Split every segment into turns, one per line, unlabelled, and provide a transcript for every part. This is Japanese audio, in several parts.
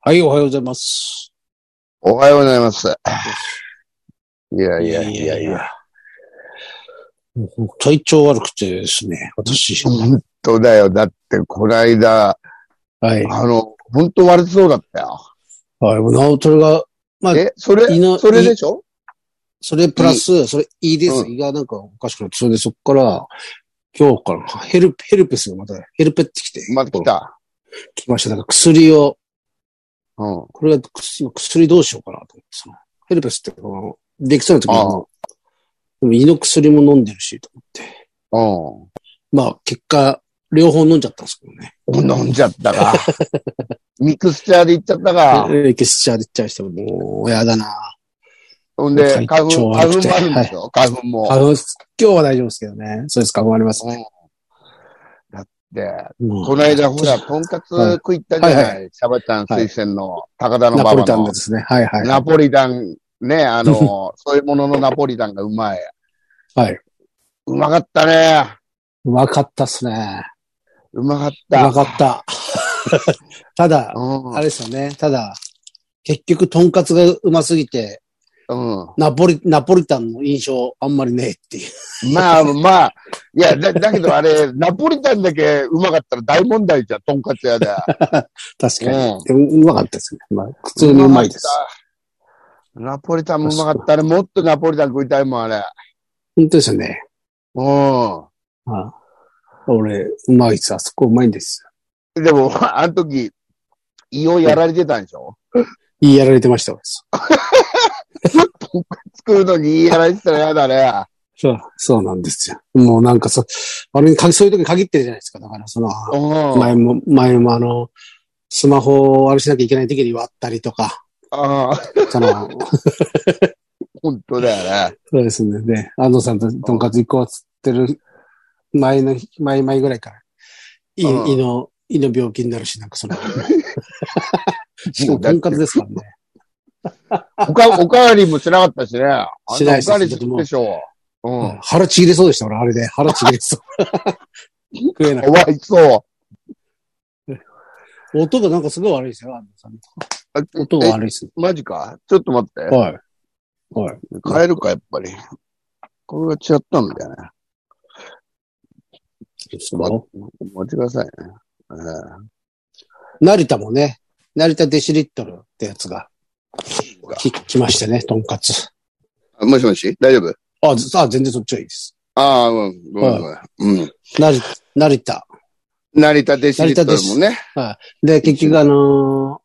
はい、おはようございます。
おはようございます。いやいやいやいや。
や。もう体調悪くてですね、私。
本当だよ。だって、こないだ、
はい。
あの、本当悪そうだったよ。
はい、もうなお、それが、はい
え、それ、
胃の、
それで
胃
しょ
それプラス、それいいです。
う
胃がなんかおかしくなって、それでそっから、今日からヘル、ヘルペスがまた、ヘルペってきて、
また来た。
来ました。なんか薬を、
うん。
これが薬薬どうしようかなと思って、そのヘルペスってこの、できそうな時にも、でも胃の薬も飲んでるし、と思って。
う
まあ、結果、両方飲んじゃったんですけどね。
ん。飲んじゃっ たか。ミクスチャーで行っちゃったか。
えーゲスチャーで言っちゃいました。もう、やだな
ほん
は
で、
い
花粉、
体
花
調悪く
粉
て
もあるんでしょ花粉も。
あの、今日は大丈夫ですけどね。そうですか、困ります。
うんだって、
うん
こないだほら、とんかつ食いったじゃ
は
ないシャバちゃん推薦の高田の
ナポ
馬
リ
場
タンの
の
で。すね。はいはい。
ナポリタン、ね、あの、そういうもののナポリタンがうまい。
はいう
まかったね。
うまかったっすね。
うまかっ
う
た。
まかった。 ただ、あ
う
れですよね。ただ、結局、とんかつがうますぎて、
ん。うん。
ナポリ、ナポリタンの印象あんまりねえっていう。
まあまあ、いや、だ、だけどあれ、 ナポリタンだけうまかったら大問題じゃん、とんかつ 屋で。
確
う
かに。
ん。
でもうまかったですね。まあ、普通にうまいです。
うまかった。ナポリタンもうまかったね。もっとナポリタン食いたいもん、あれ。
本当ですよね。
う
ああ俺、うまいです。あそこうまいんです。
ん。でも、あの時、胃をやられてたんでしょ
言いやられてました、俺
作るのに胃やられてたら嫌だね。
そう、そうなんですよ。もうなんかそ、あれに限、そういう時に限ってるじゃないですか。だからその、
うん。
前も、前もあの、スマホをあれしなきゃいけない時に割ったりとか、
ああ、
その、
本当だよね。
そうですね。で、安藤さんととんかつ一個はつってる前の日、前々ぐらいから、胃
うん
胃の、胃の病気になるし、なんかその、しかもと
だって
んかつですからね。
おか、おかわりもしなかったしね。あん
しないです
おかわりするでしょう。うん。
腹ちぎれそうでした、俺、あれで。腹ちぎれそう。 食えない。
かわいそ
音がなんかすごい悪いですよ、安藤さん。
う。
音が
え、
悪いですね。
マジかちょっと待って。
はい。はい。
変えるか、やっぱり。これが違ったんだよね。お待ちくださいね。え
成田もね、成田デシリットルってやつが
うか
き来ましてね、とんかつ。
えもしもし大丈夫
あ、ずあ全然そっちはいいです。
ああ、うん、ごめんごめん。うん。
成成田。
成田デシリットルもね。
で、結局あのーうん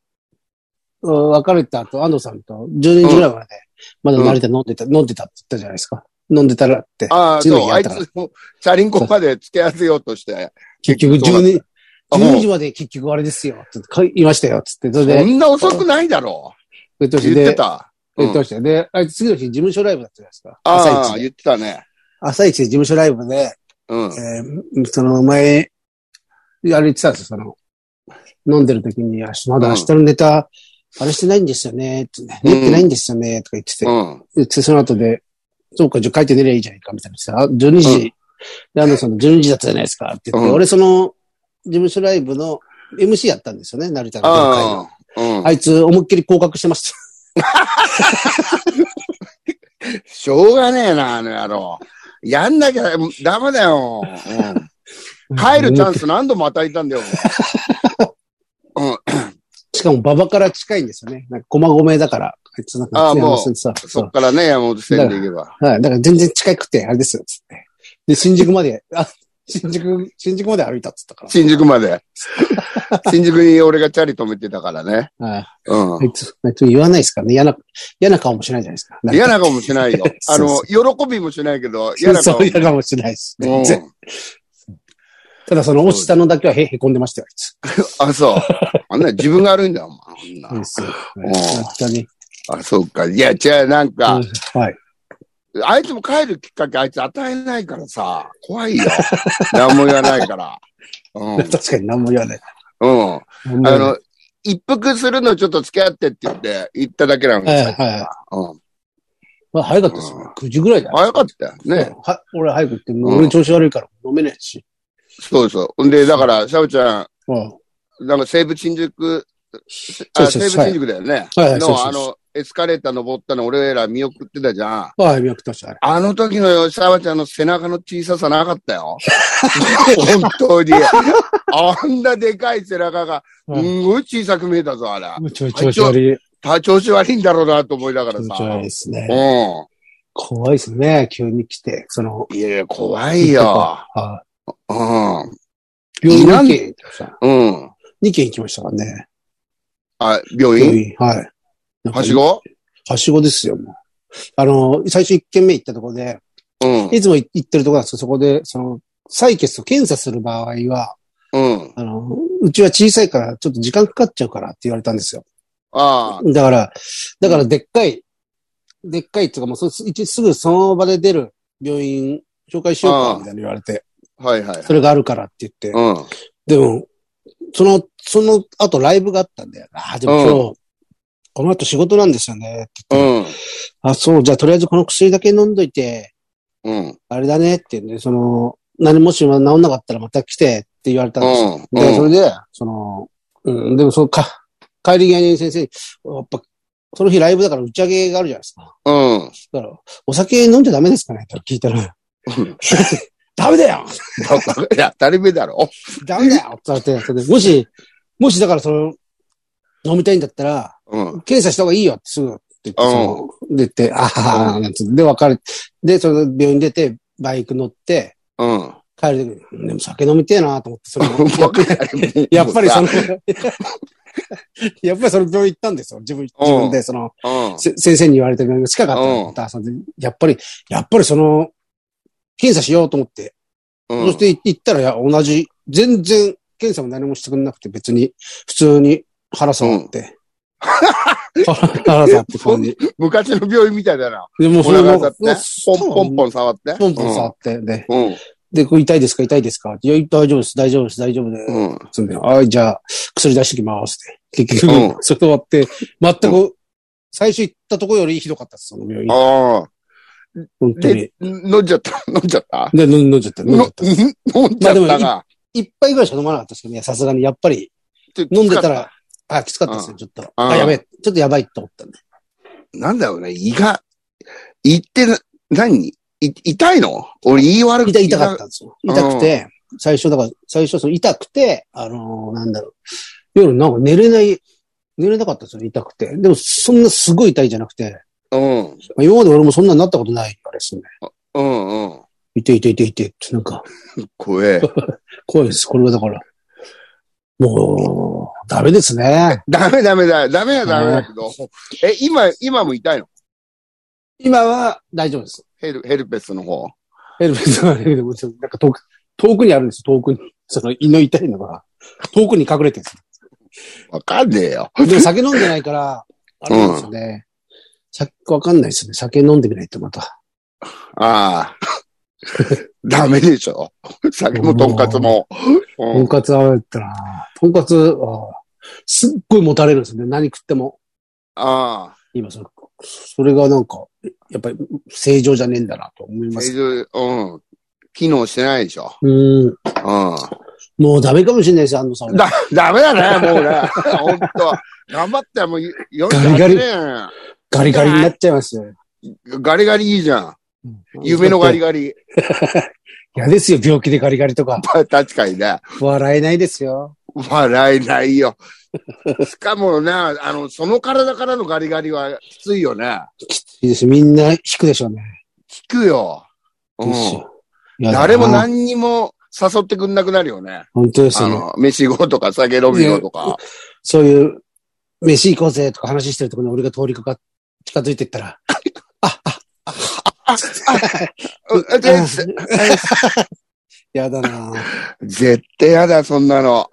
別れた後、安藤さんと12時ぐらいまで、まだ成田飲んでた、飲んでたって言ったじゃないですか。飲んでたらって。
ああ、
次の日
そう、あい
やった
つも、チャリンコまで付き合わせようとして。
結局
そうだっ
12、
あ
12時まで結局あれですよ。ってか言いましたよ。つって。それ
そ
で、
んな遅くないだろ
言って
う。
まし
言
た。
って
で、
た。うん
言ってましたよ。で、あいつ次の日事務所ライブだったじゃないですか。
あ
朝
あ、
一で。
言ってたね。
朝一で事務所ライブで、
うん。
えーその前、あれ言ってたんですよ、その、飲んでる時に、あまだ明日のネタ、あれしてないんですよね、ってね、
うん
練ってないんですよね、とか言ってて、
うん。
言ってその後で、そうか、じゃあ書いて寝りゃいいじゃないか、みたいなさ、あ12時、
うん
で、あの、その12時だったじゃないですか、って言って、
うん
俺その、事務所ライブの MC やったんですよね、成田の今回の。
ああ、うん。
あいつ、思いっきり降格してました。
しょうがねえな、あの野郎。やんなきゃダメだよ。うん、帰るチャンス何度も与えたんだよ。うん、
しかも、馬場から近いんですよね。なんか、駒込だから、あいつなんか、
あーもう
そうさ、
そっからね、山本線で行けば。
はい。だから全然近くて、あれですよ、つって。で、新宿まで、あ、新宿、新宿まで歩いたっつったか
新宿まで。新宿に俺がチャリ止めてたからね。
ら。はい。
うん
あ。いつ、あいつ言わないですからね。嫌な、嫌な顔もしないじゃないですか。
嫌な顔もしないよ。あ
そ
の、喜びもしないけど、嫌な
そ
顔
う、。嫌な顔もしないです。
うん
全然。ただその落ちたのだけはへ、へこんでましたよ、あいつ。
あ、そう。あんな自分が悪いんだよ、お前あんな。
ですよ。
ん
本当に。
あ、そうか。いや、違う、なんか、
はい。
あいつも帰るきっかけあいつ与えないからさ、怖いよ。何も言わないから。うん。うん。
確かに何も言わない。
あ
何も言わない
の、一服するのちょっと付き合ってって言って、言っただけなのに
はい
さ。
はい。
うん。
まあ、早かったですね。9時ぐらいだ。
早かったよね。
は俺早くって、
ん
俺調子悪いから飲めないし。
そうそう。んで、だから、シャオちゃ
うん。
ん、なんか西武新宿あ
そ
西
うそうそ
武
う
新宿だよね。
はいはいそう
の、
そ
あ
うそ
の、エスカレーター登ったの俺ら見送ってたじゃん。
う。はい、見送ってました、あれ。
あの時の吉沢ちゃんの背中の小ささなかっ たよ。本当に。あんなでかい背中が、す
うん
んごい小さく見えたぞ、あれ。
ちょいちょいちょい。
た調子悪いんだろうなと思いなが
ち
ら
ょい
さ。
ちょいですね。
う
怖いですね、急に来て。その、
ん。いやいや、怖いよ。
は
うん。
い病院2軒行きました。
うん。
2軒行きましたからね。
あ、病
病
院
院、はい。なんか
はしご
はしごですよ、もう。あの、最初1軒目行ったところで、
うん。
いつも行ってるところなんですけど、そこで、その、採血を検査する場合は、
うん。
あの、うちは小さいから、ちょっと時間かかっちゃうからって言われたんですよ。
ああ。
だから、だからでっかい、でっかいっていうか、もうそす一すぐその場で出る病院紹介しよう
ああ
か、みたいに言われて、
はいはい。
それがあるからって言って、
うん。
でも、その、その後ライブがあったんだよな。あでも今日、この後仕事なんですよね、って言って、
うん。
あ、そう、じゃあとりあえずこの薬だけ飲んどいて、
うん。
あれだねって言うんで、その、何もし治んなかったらまた来てって言われたんですよ。
うん。
で、そうれ
ん。
で、その、うん、でもそのか、帰り際に先生、やっぱ、その日ライブだから打ち上げがあるじゃないですか。
うん。
だから、お酒飲んじゃダメですかねって聞いたら、 ダメだよ
いや、当たり前だろ。
ダメだよって言われて、それでもし、もしだからその、飲みたいんだったら、
うん。
検査した方がいいよってすぐって言って、その、出て、あはは、なんつってで、別れて、で、その病院出て、バイク乗って、
うん。
帰る時に、でも酒飲みてえなと思って、それも やっぱりその、 やっぱりその病院行ったんですよ。自分、
うん
自分で、その、
うん。
せ先生に言われた病院が近かった
うん
のまた遊んでやっぱり、やっぱりその、検査しようと思って、
うん。
そして行ったら、いや、同じ、全然、検査も何もしてくれなくて、別に、普通に腹触って。 腹触って感じ。
昔の病院みたいだな。
でも
お
うそれ
腹
も
当たって、ポンポンポン触って。
ポンポン触って、で、
うん。
で、これ痛いですか痛いですかいや、大丈夫です、大丈夫です、大丈夫です。
うん。
そんで、あい、じゃあ、薬出してきますって。結局、
うん
それ終わって、全く、最初行ったとこよりひどかったです、その病院。
ああ。
本当に
で。、飲んじゃった飲んじゃった
で、飲ん飲んじゃった、飲んじゃ
の
った。
飲んじゃったが。
一杯ぐらいしか飲まなかったですけどね、さすがに、やっぱり、飲んでたら。、あ、きつかったですね、ちょっと。
うん
あ、やべえ、ちょっとやばいと思ったんで。
なんだろうね、胃が、胃ってな、何い痛いの俺胃悪く
痛い痛かったんですよ。
うん
痛くて、最初、だから、最初、その痛くて、あのーなんだろう。夜、なんか寝れない、寝れなかったですよ、痛くて。でも、そんなすごい痛いじゃなくて、
うん。
まあ今まで俺もそんなになったことないからですね。
うんうん。
痛い痛い痛い痛いって、なんか、
怖え。
怖いです。これはだから。もう、ダメですね。
ダメダメだ。ダメはダメだけど。え、今、今も痛いの
今は大丈夫です。
ヘル、ヘルペスの方。
ヘルメットがあるけど、なんか遠く、遠くにあるんです遠くに。その胃の痛いのが、遠くに隠れてるんです
わかんねえよ。
よ。でも酒飲んでないから、あれなんですよね。酒、わかんないですね。酒飲んでみないとまた。
ああ。 ダメでしょ。酒もとんかつも。
と
うん
んかつはやったなとんかつ、あすっごいもたれるんですよね。何食っても。
あ
今それ、それがなんか、やっぱり正常じゃねえんだなと思い
あ。
ま
正
す。
常うん。機能してないでしょ。
うん。
うん。
もうダメかもしれないです、安藤さん。
だ、ダメだね、もうね。ほんと。頑張って、もう、48年。
ガリガリになっちゃいますよ。
ガリガリいいじゃん。夢のガリ
ガ
ガリ。
リ。嫌ですよ、病気でガリガリとか。
確かにね。
笑えないですよ。
笑えな いよ。しかもね、あの、その体からのガリガリはきついよね。
いいですみんな引くでしょうね。
効くよ。う
です
ん。
よいや
誰も
あ
何にも誘ってくんなくなるよね。
本当です
あ
よね。
の、飯行こうとか酒飲みようとか。
そういう、飯行こうぜとか話してるところに俺が通りかかっ、近づいてったら、
ううぜ
やだな ぁ
絶対やだ、そんなの。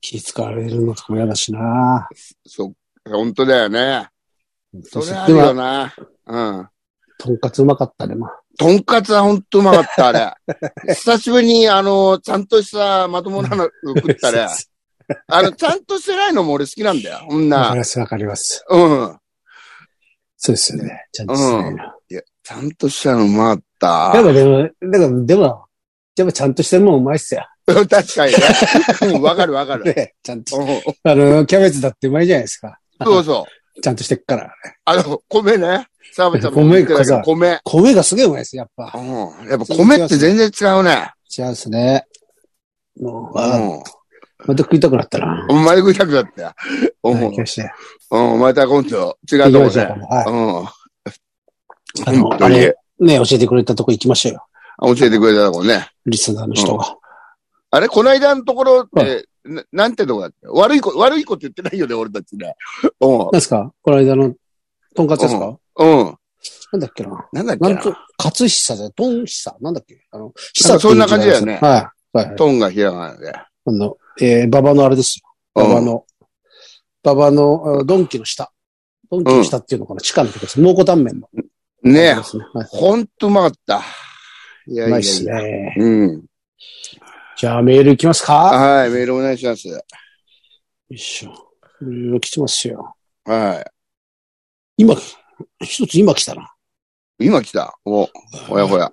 気使われるのとかもやだしなぁ
そ、本当だよね。それある
で
よ
は、
な。うん。
とんかつうまかったね、まあ。
とんかつはほんとうまかった、 あれ。久しぶりに、あの、ちゃんとしたまともなの 食ったね。あの、ち ゃんとしてないのも俺好きな んだよ。こん
わかり
な。
ます、わかります。
うん。
そうですよね。ちゃんとしないな。
ちゃんとしたのうまかっ
で
た。
もでも、でも、でも、やっぱちゃんとしてるもんうまいっすよ。
確かにね。 うんわかるわかる。
で、ちゃんと、
うん
あの、キャベツだってうまいじゃないですか。
そうそう。
ちゃんとしてっから。
あの、米ね。澤部ちゃんも
米
言ってたけど米。
米がすげえうまいです、やっぱ。
うん。やっぱ米って全然違うね。
違うんすね。もう、
う
あ
ん。
また食いたくなったな。
お前食いたくなったよ。う
はい
ん
気。がして。
うん。また今度、違
行
う
き
とこ
ましょう
で。
はい。
うん。
あの
本、当
あ
に
れ、ね、教えてくれたとこ行きましょうよ。
教えてくれたとこね。
リスナーの人が。
あれこの間のところっ
は
て、ななんてとこだって悪い子、悪い子って言ってないよね、俺たちね。う
何ですかこの間の、とんかつですか
ん。うん。
なんだっけな
なんだっ
な
け
んと
な。、
かつひさじゃ、とんひさなんだっけあの、ひ
な
さ
んかそんな感じだよね
はい。はい。
トンがひらがなで。
あの、えー、ババのあれですよ。
う
ババ
ん。
の、ババの、あドンキの下。ドンキの下っていうのかな地下のとこです。蒙古タンメンの。
ねえ
とこ。ですねはい。
ほんとうまかった。いや
う
い
ま
や
いっす
いや。
ね。
うん。
じゃあメールいきますかよ
はい、メールお願いします。
いしょ。いろいろ来てますよ。
は
今、一つ今来たな。
い。今来た。お、ほやほや。
ち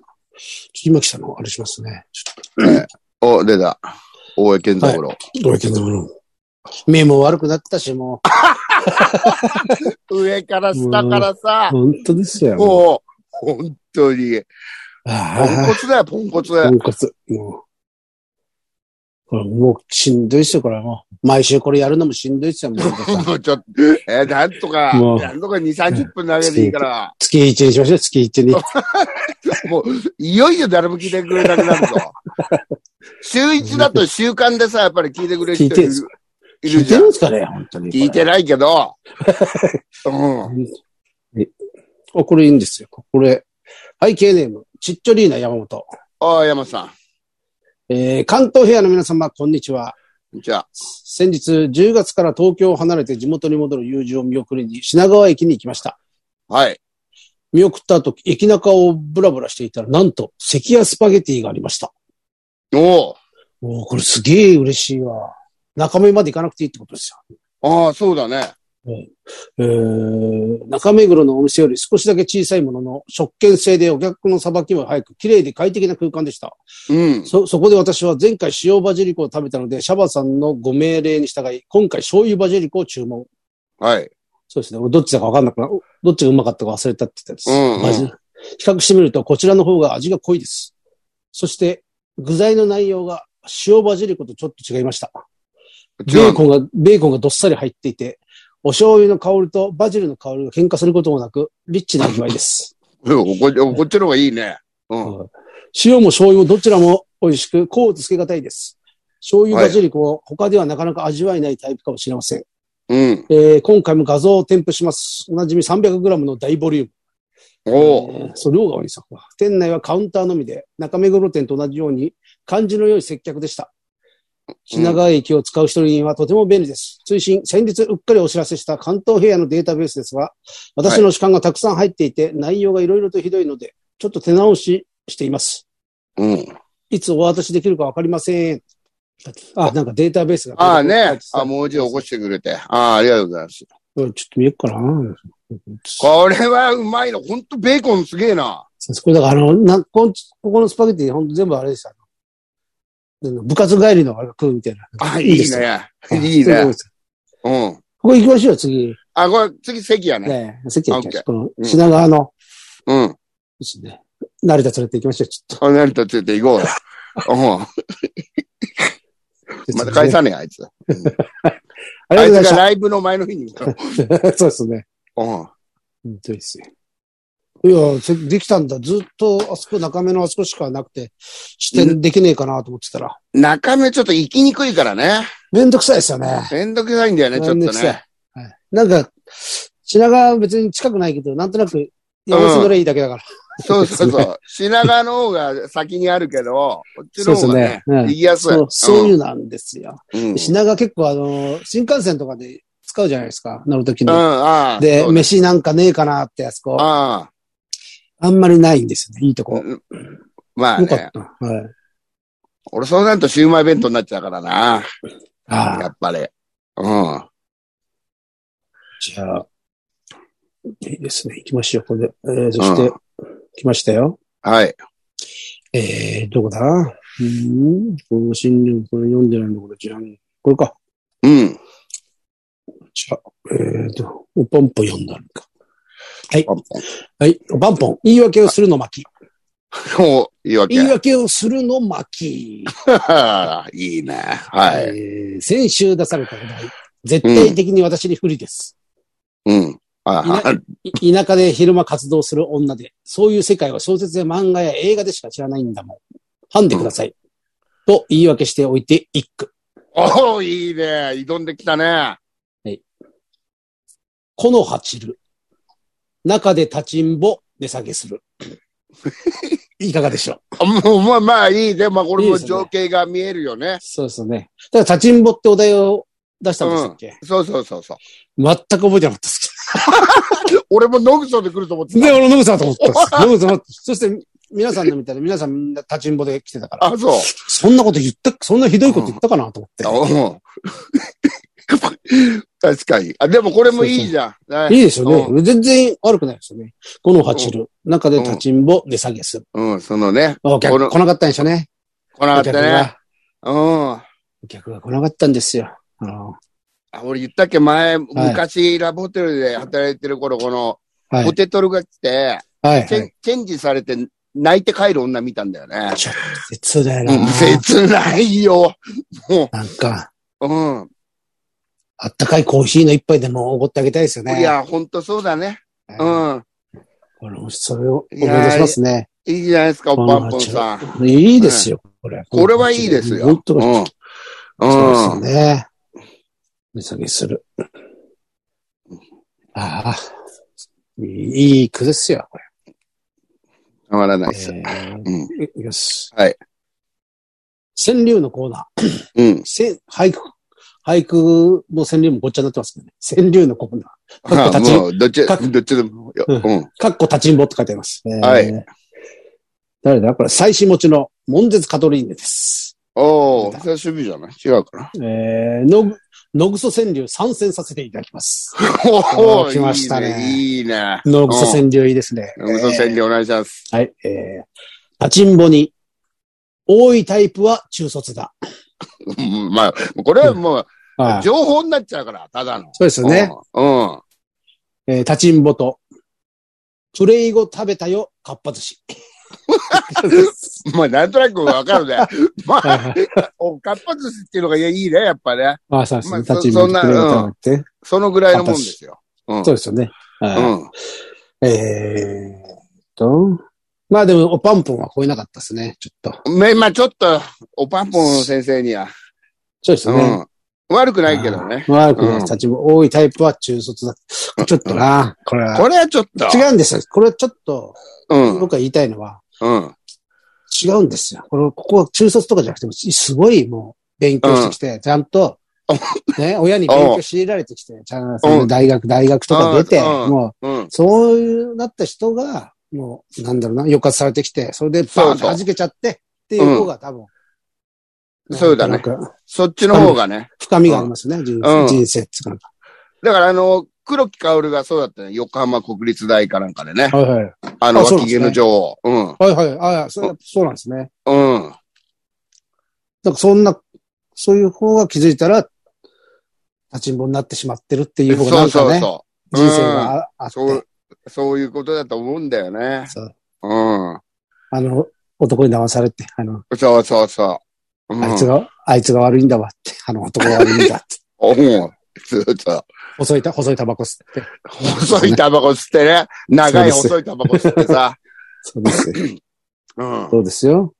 ょっと今来たの、あれしますね。ちょっ
お、出た。大江健三郎。
と、ご意見のもの。目も悪くなったし、も
上から下から
う。
さ、
本当ですよ。もう
もう、本当に、ポン
あ
コツだよ、ポンコツ。
あ、ポンコツ。もう。これもうしんどいっすよ、これはもう。毎週これやるのもしんどいっすよ、 もう。
もうちょっと、えーなんとか、
もう
なんとか2、30分投げてい いから、
月1にしましょう、月1に。
もう、いよいよ誰も聞いてくれなくなるぞ。週1だと週間でさ、やっぱり聞いてくれる人い
聞いてん
る
す
い
聞
る
い
じ
て
ゃ
るん
ん。
ですかね、本当に。
聞いてないけど、うん。
あ、これいいんですよ。これ。はい、K ネーム、ちっちょリーナ山本。
ああ、山さ
えー、関東平野の皆様、こんにちは。
ん。じゃあ、
先日、10月から東京を離れて地元に戻る友人を見送りに品川駅に行きました。
はい。
見送った後、駅中をブラブラしていたら、なんと、関屋スパゲティがありました。
おう
おーこれすげえ嬉しいわ。中目まで行かなくていいってことですよ。
ああ、そうだね。
えー、中目黒のお店より少しだけ小さいものの、食券制でお客のさばきも早く、綺麗で快適な空間でした。
うん。
そ、そこで私は前回塩バジリコを食べたので、シャバさんのご命令に従い、今回醤油バジリコを注文。
はい。
そうですね。俺どっちだかわかんなくな、おどっちがうまかったか忘れたって言った
うんうん
やつ。比較してみると、こちらの方が味が濃いです。そして、具材の内容が塩バジリコとちょっと違いました。
違
ベ
う
ーコンが、ベーコンがどっさり入っていて、お醤油の香りとバジルの香りが喧嘩することもなく、リッチな味わい です。
うんここっちの方がいいね。うん。
塩も醤油もどちらも美味しく、こうつけがたいです。醤油
はい
バジリコは他ではなかなか味わえないタイプかもしれません。
うん。
えー今回も画像を添付します。おなじみ 300g の大ボリューム。
おう
えーそう、量が多いんですよ。ここは店内はカウンターのみで、中目黒店と同じように、感じの良い接客でした。品川駅を使う人にはとても便利です。追伸、先日うっかりお知らせした関東平野のデータベースですが、私の主観がたくさん入っていて、内容がいろいろとひどいので、ちょっと手直ししています。
うん。
いつお渡しできるかわかりません。あ、なんかデータベースが。
ああね。あ、もう一度起こしてくれて。ああ、ありがとうございます。
うんちょっと見よっかな。
これはうまいの。ほんとベーコンすげえな。
これだから、あの、なこんここのスパゲティ、ほんと全部あれですよ。あの部活帰りのあれが食うみたいな。
あ、いいね。いい
そう
ね
で。す
うん。
ここ行きましょうよ、次。
あ、これ次席やね。
ねえ、席行きましょう。こ
う
の
ん
品川の、
うん。
ですね。成田連れて行きましょう、ちょっ
あ、成田ついて行こうよ。うん。
と。
また返さねえ、あいつ。
あり
あ
が
い
とう
つ
ござ
が
いま
ライブの前の日に行く
した。 そうですね。
の。
本当ですね。いや、せできたんだ。ずっと、あそこ、中目のあそこしかなくて、支店できねえかなと思ってたら。
うん。中目ちょっと行きにくいからね。
めんどくさいですよね。
めんどくさいんだよね、ちょっ
めんど
と
くさ
ね
い。はいなんか、品川は別に近くないけど、なんとなく、山手乗れいいだけだから。
そうそう そう。品川の方が先にあるけど、こっち
そう
の
です
方が
ね
ね、。
うん
行きやすい。
そう、そういうなんですよ。
うん。うん、
品川結構あの、新幹線とかで使うじゃないですか、乗るときに。
ああ。
で
そ、うだ
飯なんかねえかなってやつこう、
あ
あんまりないんですよね、いいと
あ。
こ。
うんまあ
よかっ
ね。
た。はい。
俺そうなるとシウマイ弁当になっちゃうからな。
あ
や
あ、
っぱり。うん。
じゃあ、いいですね。行きましょう、これで。えー、そして、来ましたよ。
はい。
えー、どこだうん。この新聞、これ読んでないの、これ、自販。これか。
うん。
じゃあ、えっ、と、おぽんぽ読んだのか。
ポン
はい。おばんぽん。言い訳をするの巻き。
ポンもう、いいわけ。
言い訳をするの巻き。
いいね。はい。
えー先週出されたお題。絶対的に私に不利です。
うん。あ
いな
あ
い田舎で昼間活動する女で、そういう世界は小説や漫画や映画でしか知らないんだもん。ハンでください。と言い訳しておいて一句。
おおいいね。挑んできたね。
この八る。中で立ちんぼ、値下げする。いかがでしょ う
あもうまあまあいいね。まあこれ
いい
も
ですね
情景が見えるよね。
そうですね。ただ立ちんぼってお題を出したんでしたっけ、
そうそうそうそう。
全く覚えてなかったです。
俺もノグソで来ると思って
で、
た。
俺、野口さんと思ったんです。野口さんと思った、そして、皆さんの見たら、皆さんみんな立ちんぼで来てたから。
あ、そう。
そんなこと言った、そんなひどいこと言ったかなと思って。
うん確かに。あ、でもこれもいいじゃん。はい
いいですよね。全然悪くないですよね。この八る。中で立ちんぼ、値下げする。
うん、そのね、
お客
こ
が
の
来なかったんでしょうね。
来なか
お
っ
客
たね。
が、
うん。
お客が来なかったんですよ。あの
あ俺言ったっけ前、昔、ラブホテルで働いてる頃、この、
はい
ポテトルが来て、
はい、
チ
は
ェ
い
ン。チェンジされて泣いて帰る女見たんだよね。
ちょっと切だよ
う
な。
ん切ないよ。
なんか、
うん。
あったかいコーヒーの一杯でもおごってあげたいですよね。
いや、ほんとそうだね。う
うん。
ん。
これそれを思い出しますね。
いいじゃないですか、おぱんぽんさん。
いいですよ、これ。
これはいいですよ。
本当
う
に
ん。う
そうです
ん。
ね。値下げする。ああ。いいいい句ですよ、これ。
たまらないです。
えー
うん。
いよし。
はい。
川柳のコーナー。
うん。
せ俳句。俳句も川柳もごっちゃになってますけどね。川柳のコーナ
あ
っこ立ち
もう、どっち、ど
か
っちでも、よ
うん
うん。
ー。かっこ立ちんぼって書いてあります。えー
はい。
誰だこれ、妻子持ちの門絶カトリーヌです。
おー、久しぶりじゃない違うか な。
えー、のぐ、のぐそ川柳参戦させていただき ます。
おー、
来ましたね
いいね。
のぐそ川柳いいですね。
うん。嘘千里お願いします。
はい、えー、立ちんぼに、多いタイプは中卒だ。
うんまあ、これはもう、
はい。
情報になっちゃうから、ただの。
そうですよね。
うん。うん。
えー、立ちんぼと、プレイ後食べたよ、かっぱ寿司。
まあ、なんとなくわか るね。ま
はい
あ、
はい
おかっぱ寿司っていうのがいやいいね、やっぱね。
まあ、そうですね。
まあそ
立ちんぼ
そん
と
な
プレイ後食べて。
そのぐらいのもんですよ。うん。
そうですよね。は
う
い。
ん。
えーっと、まあでも、おパンポンは超えなかったですね。ちょっと。
め、まあ、ちょっと、おぱんぽん先生には、
そうですよね。
うん。悪くないけどね。
悪くない
うん
立ちんぼ、多いタイプは中卒だ。ちょっとな、これは。
これはちょっと。
違うんですよ。これはちょっと、
うん。
僕が言いたいのは、
うん。
違うんですよ。これ、ここは中卒とかじゃなくても、すごいもう勉強してきて、ちゃんと、ね、 親に勉強強いられてきて、ちゃんと大学、大学とか出て、
うん
もう、
うん。
そういうなった人が、もう、なんだろうな、抑圧されてきて、それでバーンと
そうそう
弾けちゃって、っていう方が多分、
そうだね
なんとなく
そっちの方がね。
深みがありますね、人
うん
人生っていうか。
だから、あの、黒木薫がそうだったね。横浜国立大かなんかでね。
はいはい。
あの、
あそうなんで
脇
す
毛
ね
の女王。うん。
はいはい。ああ、そうそうなんですね。
うん。
なんかそんな、そういう方が気づいたら、立ちんぼになってしまってるっていう方が
そ
な
うん
か
そう
ね、
そ
人生がああ
う。
って。
そう、そういうことだと思うんだよね。
そう
うん。
あの、男に騙されて、あの、
そうそうそう。うん、
あいつが、あいつが悪いんだわって、あの男が悪いんだ って。
うん。そうそう。
細いた、細いタバコ吸って。
細いタバコ吸ってね。長い
そうです
細いタバコ吸ってさ。
そう ですよ。
うん。
そうですよ。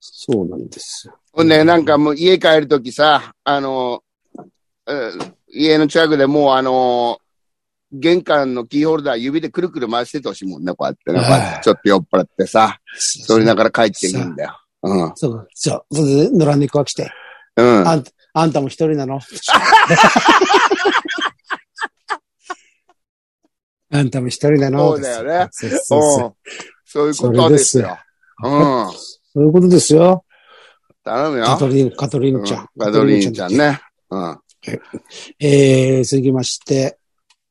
そうなんですよ。
ほんで、なんかもう家帰るときさ、あの、えー家の近くでもうあの、玄関のキーホルダー指でくるくる回しててほしいもんね、こうやってね。こうやってちょっと酔っ払ってさ、そ
そ
れながら帰ってくるんだよ。うん。
そう、そう。それで、野良猫が来て、
うん。
あんた、あんたも一人な のあんたも一人なの
そうだよね。
そうそうそう
うんそういうことですよ。うん。
そういうことですよ。
頼むよ。
カトリン、カトリンちゃん。
ガドリーンちゃんね。うん。は
えー、続きまして、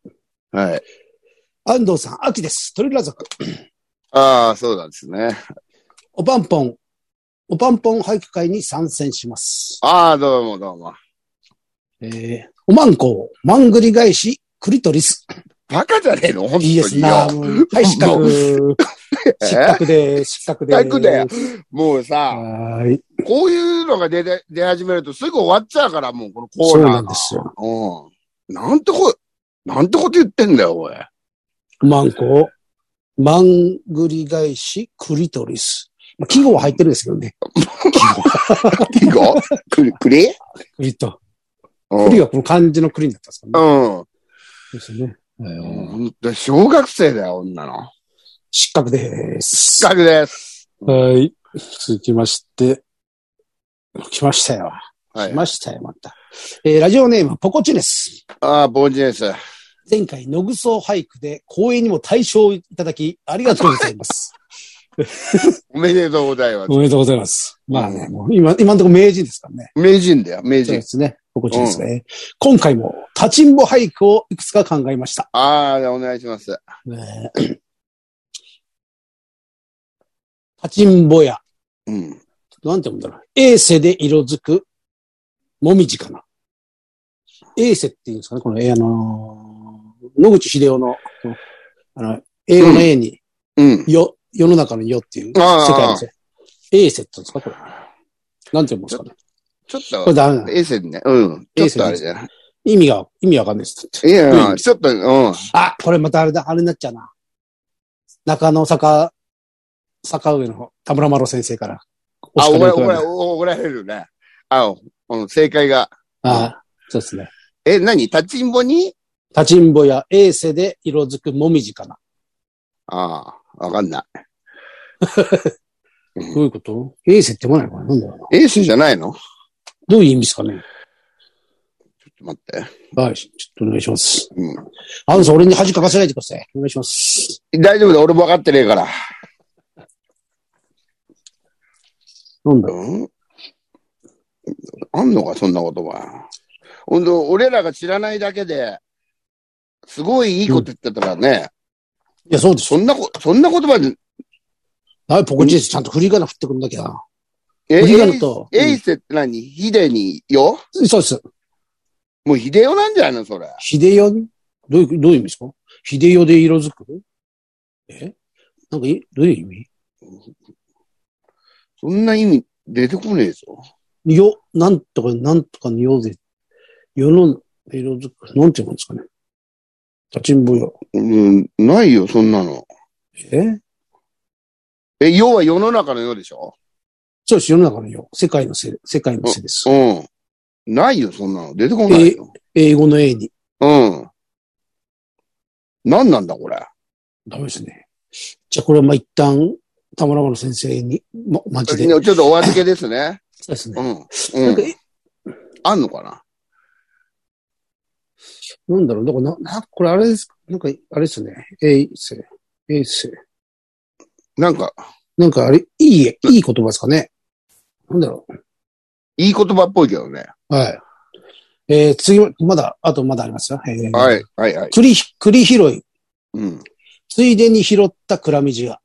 い。
安藤さん、秋です。トリラ族。
ああ、そうなんですね。
おパンポン。おぱんぽん俳句会に参戦します。
ああ、どうもどうも。
えー、おまんこう、まんぐり返し、クリトリス。
バカじゃねえの
い
本当に
い
よ。
ですな。うんはい、失
もう
格。失格で、失格で。
失格だよ。もうさ、
はーい。
こういうのが出て、出始めるとすぐ終わっちゃうから、もうこのコ
そ
ー
う
ナ
な
ー
ん
が
で。すよ。
うん。なんてこ、なんてこと言ってんだよ、おい。
マンコ、マングリ返し、クリトリス。まあ、季語は入ってるんですけどね。
いい かくり、くり
クリと。
う
クリ
ん。
はこの漢字のクリになったんですかね。
う
で
ん。
すよね。
ほんと、小学生だよ、女の。
失格です。
企画です。
はい。続きまして。来ましたよ。
は
来
い。
ましたよ、また。えーラジオネーム、ポコチネス。
ああ、凡人です。あ
前回、野草俳句で公演にも大賞をいただき、ありがとうござい ます。
おめでとうございます。
おめでとうございます。まあね、もう今、今のところ名人ですからね。
名人だよ、名
そう
人
で。すね。心地いいですね。今回も、立ちんぼ俳句をいくつか考えました。
ああ、お願いします。
立ちんぼや、
うん。
なんて読むんだろう。エーセで色づく、もみじかな。エーセって言うんですかね、この、えーあのー野口秀夫の、このあの、英語の A に、
うん。
よ、世の中のよっていう世
ああ
界ですよ。エーセって言うんですか、これ。なんて読むんですかね。
ちょっ
これ
と、
ダメなの
エースにね。うん。ちょっとあれじゃない。
意味が、意味わかんないです。
いや、
うん
ちょっと、うん。
あ、これまたあれだ、あれになっちゃうな。中野坂、坂上の田村麻呂先生から。
あ、
お叱
怒
り
ら
を受けられ
怒ら
た
怒られるね。あ、うん、正解が。
あそうですね。
え、何立ちんぼに
立ちんぼやエーセで色づくもみじかな。
ああ、わかんな。
どういうことエーセって言わないのかななんだろうない
エースじゃないのちょ
どういう意味ですかね
っと待って。
はい、ちょっとお願いします。
う
あのさん、俺に恥かかせないでください。お願いします。
ん。大丈夫だ、俺もわかってねえから。
なんだろ
うんあんのか、そんな言葉。ほんと、俺らが知らないだけで、すごいいいこと言ってたらね、
ういや、そうです
そ。んなこ、そんな言葉で、
はい、ポコチです。ちゃんと振り仮名振ってくんだけな。
え、
振り
え
仮名
い
と。
えいせって何ひでによ
うんそうです。
もうひでよなんじゃないのそれ。
秀代にどういう、どういう意味ですか秀代で色づくえなんかい、どういう意味
そんな意味出てこねえぞ。
よ、なんとか、なんとかのようで、世の色づく、なんていうんですかね。立ちんぼよ。
うん、ないよ、そんなの。
え
え、要は世の中のようでしょ
そうです、世の中のよ。世界のせい、世界のせいです。
うん。ないよ、そんなの。出てこないよ。
英語の A に。
うん。何なんだ、これ。
ダメですね。じゃあこれはまあ一旦、田村の先生に、ま、マジで。
ちょっとお預けで すね。
そうですね。
うん。
な
うん
か、
ん。
え
あんのかな
なんだろう、なんかな、な、これあれです、なんか、あれですね。A 生、A 生。
なんか、
なんかあれ、いい、いい言葉ですかね。なんだろ
いい言葉っぽいけどね。
う。はい。えー、次、まだ、あとまだありますよ。えー
はい、はい、はい。
栗、栗拾い。
うん。
ついでに拾ったクラミ ジが。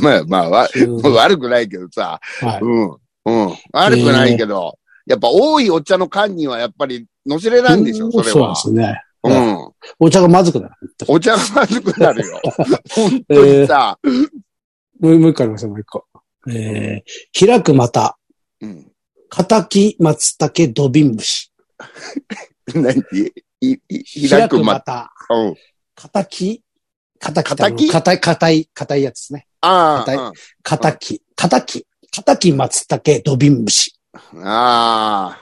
まあ、まあ、わ
うん
悪くないけどさ。
はい。
うん。うん。悪くないけど、やっぱ多いお茶の缶にはやっぱり乗せれないんでしょ、それ
そうなん
は
で。すよね。
うん。
お茶がまずくなる。
お茶がまずく なるよ。本当にさ。
もうもう一個ありますよ、もう一個。えー、開く股、
うん。
仇、松茸、土瓶虫。
何い、い、開くま、
た。
うん。
仇、仇、
仇
硬い、硬い、硬いやつですね。
あ
硬い
あ、
仇、仇、仇、松茸、土瓶虫。
うんあ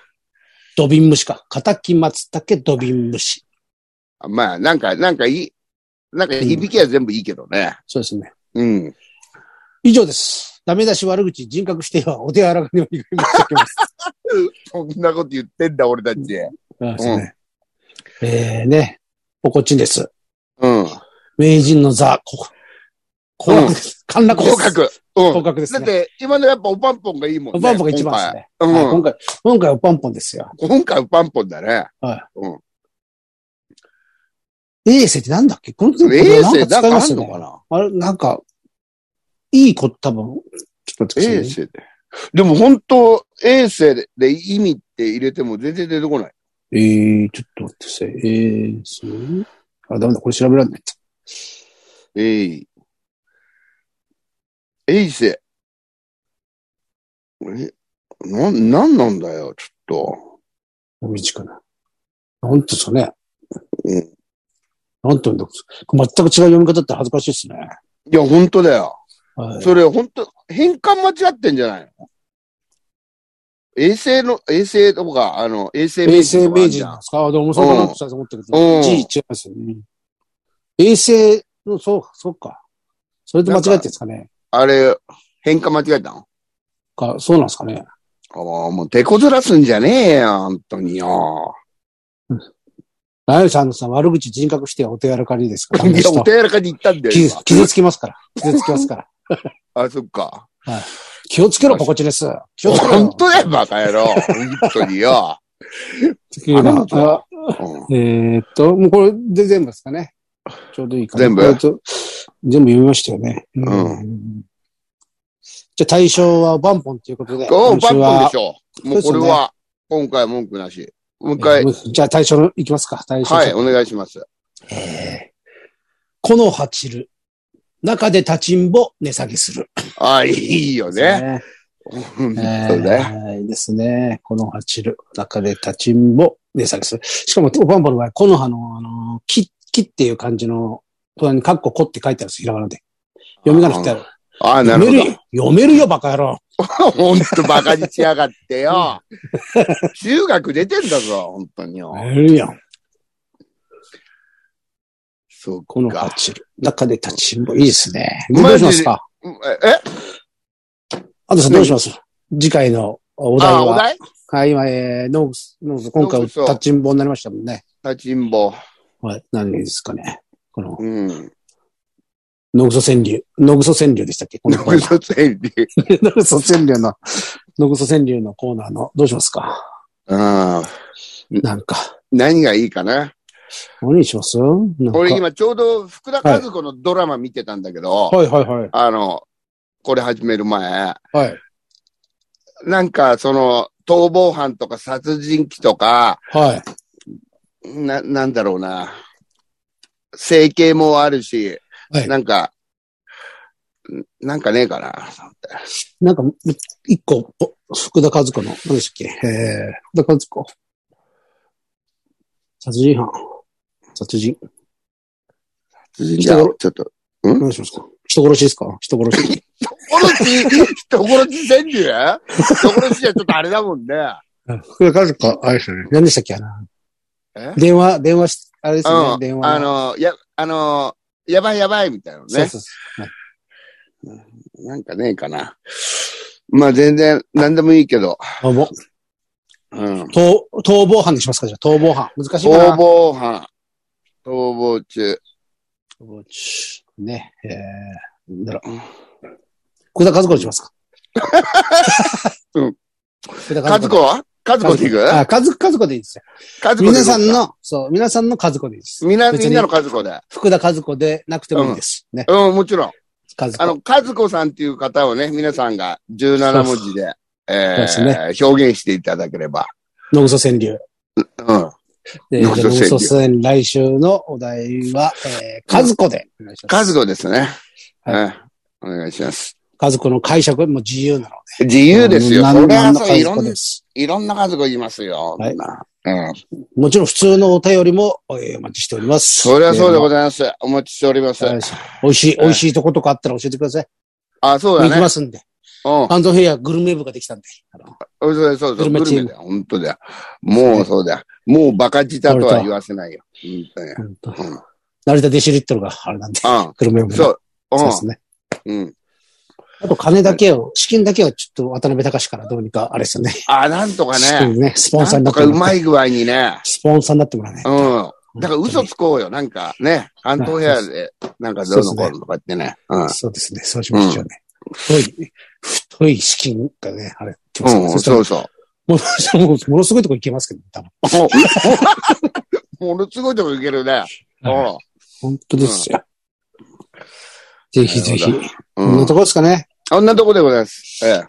土瓶虫か。仇、松茸、土瓶虫。
あ。まあ、なんか、なんかいい、なんか響きは全部いいけどね。
そうですね。
うん。
以上です。ダメ出し悪口、人格指定はお手柔らかにお願い申し上げ ます。
そんなこと言ってんだ、俺たち。
そうですね。えー、ね、ポコチンです。
うん。
名人の座、こ、こ楽です。陥落です。
合格。う
降
ん。
格です
だっ
ね。
て、今のやっぱおパンポンがいいもんね。
おパンポンが一番ですね。
今
はい
回。
今回、今回おパンポンですよ。
うん。今回おパンポンだね。
エーセってなんだっけこの
冷
なんか
静なん
使い
か
ま
あ
す
ん
よね
のか。な
あれ、なんか、いいこと多分、なってき
衛
てね。
星で。でも本当、衛星で意味って入れても全然出てこない。
えー、ちょっと待ってください。えー、そうあ、ダメだ、これ調べられない。
えい。衛星。え、な、なんなんだよ、ちょ
もみじかな。なんていうんですかね。
うん
なんていうんだ全く違う読み方って恥ずかしいですね。
っと。いや、本当だよ。
はい。
それ本当、変換間違ってんじゃないの衛星の、衛星とか、あの、衛星
衛
明治
星
とかあ
明治
るじ
な
ゃ
ん
ん
ですかあ、でもそうかなと思ったけど、
うん
字違いますよね。衛星の、そう、そうか。それと間違えてるんですかね。
あれ、変換間違えたの
かそうなんですかね。
ああ、もう手こずらすんじゃねえよ、本当によ。
ナイさんのさ、悪口人格否定はお手柔らかにですから。
いや、お手柔らかに言ったんだよ。
傷
今
傷つきますから。傷つきます から。
あ、そっか。
気をつけろ、ポコチです。気をつけろ。
本当だよ、バカ野郎。本当によ。
次は
あなたは
あ
うん
えーっと、もうこれで全部ですかね。ちょうどいいかな。
全部
これと全部読みましたよね。
うん
じゃあ対象はバンポンということで。
おう
今週
バッ
は
コンでしょ。もうこれ
そうです
は、今回文句なし。もう一回、
えーじゃあ対象のいきますか。対象。
はい、お願いします。
えーこのはちる。中で立ちんぼ値下げする。
あ、いいよね。うん
え
そう
ー
だよ。
はい、ですね。このはちる。中で立ちんぼ値下げする。しかも、バンポンの場合、この葉の、あの、木、木っていう感じの、隣にカッココって書いてあるんです。ひらがなで。読みがなくてある。
あ、な
読
る
め
ほ
る
ど。
よ。読めるよ、バカ野郎。
ほんとバカにしやがってよ。中学出てんだぞ、本当によ。
読めるよ。
そう
この
か
パ。チル。中で立ちんぼ。いいですね。ど
マ
う
ジ
し
で
ますか
え、
あとさん、どうします次回のお題
あ、お
は。
題
はい、今、えー、ノーブス、ノーブス、今回は
ノーブスを
立ちんぼになりましたもんね。
立ちんぼ。
はい、何ですかね。この、
うん。
ノグソ川柳。ノグソ川柳でしたっけこのコーナー
嘘ついてる
ノグソ川柳の、ノグソ川柳のコーナーの、どうしますか
うん。
なんか、
何がいいかな。
何にしますなんか。
俺今ちょうど福田和子のドラマ見てたんだけど、
はいはいはい。
あの、これ始める前、
はい。
なんかその逃亡犯とか殺人鬼とか、
はい。
な、なんだろうな。整形もあるし、
はい
なんか、んなんかねえかな。
なんか、一個、お福田和子の、何でしたっけえー、福田和子。殺人犯。殺人。
じゃあ、ちょっと。
何しますか人殺しですか人殺 し。
殺し、人殺し 川柳人殺しじゃちょっとあれだも んね。
福田和子、あれですよね。何でしたっけあの
え
電話、電話し、あれですよね、電
うん。
話。
あ、の、や、あの、やばいやばいみたいなの
そう
ね。
そうそう。はい
なんかねえかな。まあ全然、なんでもいいけど。
逃亡
うん。
逃逃亡犯にしますかじゃあ、逃亡犯。難しいかな
逃亡犯。逃亡中。
逃亡中ね、えー、なんだろう。福田和子にしますか
うん。
福田
和子は和子でいく
あ、和子、和子でいいですよ。
和子でいく
皆さんの、そう、皆さんの和子でいいです。
みんな、
別に
みんなの和子で。
福田和子でなくてもいいです。ね。
うん、もちろん。
和
あ
子。
の、和子さんっていう方をね、皆さんが17文字で、え
そうで
ー、表現していただければ。
野草川柳。
うん。
で、
野草川柳
野草川柳来週のお題は、えー、和子で。お願いしま
和
す
子ですね。
は
うん。お願いします。
和子の解釈も自由なの
自由
で。
ですよ。
何
これ
何
は
の
そう、い
和
ろ
子
んな
で、す。
いろんな和子いますよ。
はい
うん。
もちろん普通のお便りも、えーお待ちしております。
そりゃそうでご
ざい
ざいます。お待ちしております。
はいます。美味しい、美味しいとことかあったら教えてください。
あ、そう
行き
だね
ま。すんで。
うん。
関東平野グルメ部ができたんで。あの
そうそうそう
グ
そう。
ルメ
グ
チーム
ルメだよ。本当だよ。もうそうだよ。もうバカ舌とは言わせないよ。本
本当
うん
成田デシリットルがあれなんで。
当に。
グルメ部
うん。
の。
そう。
そうですね。
うん。うん。
あと金だけを、資金だけはちょっと渡辺隆からどうにか、あれですよね。
あ、なんとか
資
ね。
金ね、スポンサー
な
に
ん
なっても
とからう
って
まい具合にね。
スポンサーになってもらわないと。
うん。だから嘘つこうよ。なんかね、関東部屋で、なんかどうのこうのとか言ってね。うん。
そうですね、そうしましょうね。太い、太い資金がね、あれ、来ますから
う
そ
ん、
したら
そうそ
もうそしたらもうものすごいとこ行けますけど、多分。
う。ものすごいとこいけるね。
は
う
本当ですよ。ぜひぜひ。
なるほ
こんな
ど
ところですかね。
そんなとこでございます。え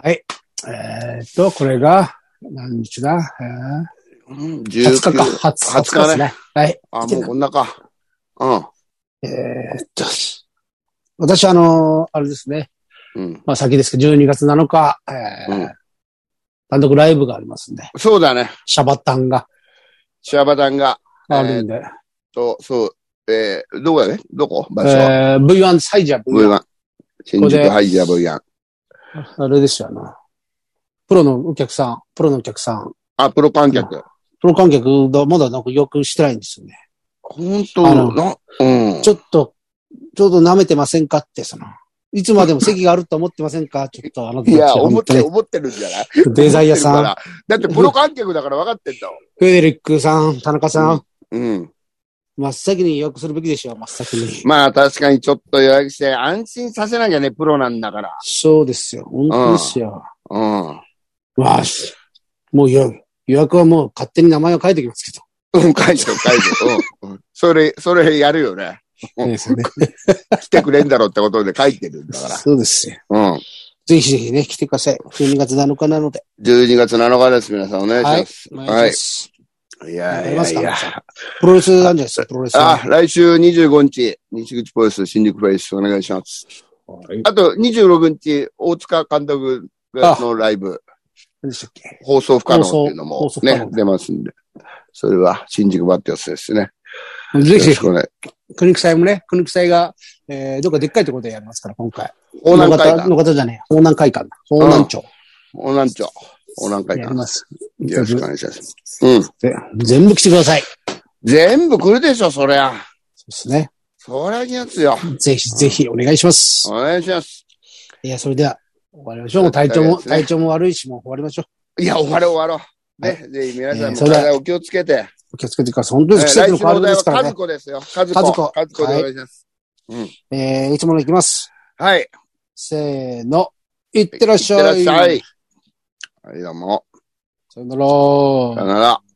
えーっと、これが、何日だ、えー
え。20
?20 日か。20日
20日
ですね。はい。
あ、もうこんなか。うん。
えーっと、私、あのーあれですね。
うん。
まあ先ですけど、12月7日、えー
うん
単独ライブがありますんで、
そうだね。
シャバタンが
シャバダンが、
あるんで、
と、そう、えー、どこだねどこ場所は。
えー、V1 サイジャー V1。
V1。新宿ハイジャー V1。
あれですよな。プロのお客さん、プロのお客さん、
あ、プロ観客。
プロ観客がまだなんか予約してないんですよね。
ほん
あ
と、
の
な、うん。
ちょっと、ちょうど舐めてませんかって、その、いつまでも席があると思ってませんかちょっとあの
いや、思って、思ってるんじゃない
デザイア さん、
ん。だってプロ観客だから分かってんだもん。
フェデリックさん、田中さん、
うん。
真っ先に予約するべきでしょう、真っ先に。
まあ確かにちょっと予約して安心させなきゃね、プロなんだから。
そうですよ、本当ですよ。
うん。
まあ、しもう予約予約はもう勝手に名前を書いておきますけど。
うん、解除、解除。うん。それ、それやるよね。うん
そうですよね
来てくれんだろうってことで書いてるんだか
そうですよ。
ら。うん。
ぜひぜひね、来てください。12月7日なので。
12月7日です、皆さんお願いします。
お願いします。
い、やいやい
やり
や
ま。プロレスなんじゃないですか、プロレス。
あ、来週25日、西口ポイス、新宿フェイス、お願いします。
何
あと26日、大塚監督がのライブ。
でしたっけ
放送不可能っていうのも
放送不可
ね
能、
出ますんで。それは新宿バッティオスですね。
ぜひ
よ
ぜ
ろし
ひ、
くお願い。
国草祭もね、国草祭が、えー、どっかでっかいところでやりますから、今回。
大南会
野方
館。
野方じゃねえ、大南会館だ。大南町。
大南町。大南会
やり
館。
ます。
よろしくお願いします。うん。
ぜ全部来てください。そう
全部来るでしょ、そりゃ。
ですね。
そりゃ来ますよ。
ぜひぜひお願いします
お。願いします。
いや、それでは、終わりましょう。もう体調も、
そうですね
体調も悪いし、もう終わりましょう。
いや、終わろう終わろう。ね、ぜひ皆さん
えー
も
それでは
体お気をつけて。
お気をつけてください。本当
えー
に
来
季
週
節
の
の変わ
お
り目
題
ですか
は
ら
カズ
ね。
コですよ。カズ
カズ
コ。
コ
カズコでお願いします。
えー、いつものいきます。
はい。
せーの。いってらっしゃい。
いってらっしゃい。はい、どうも。
さよなら
さよ。なら。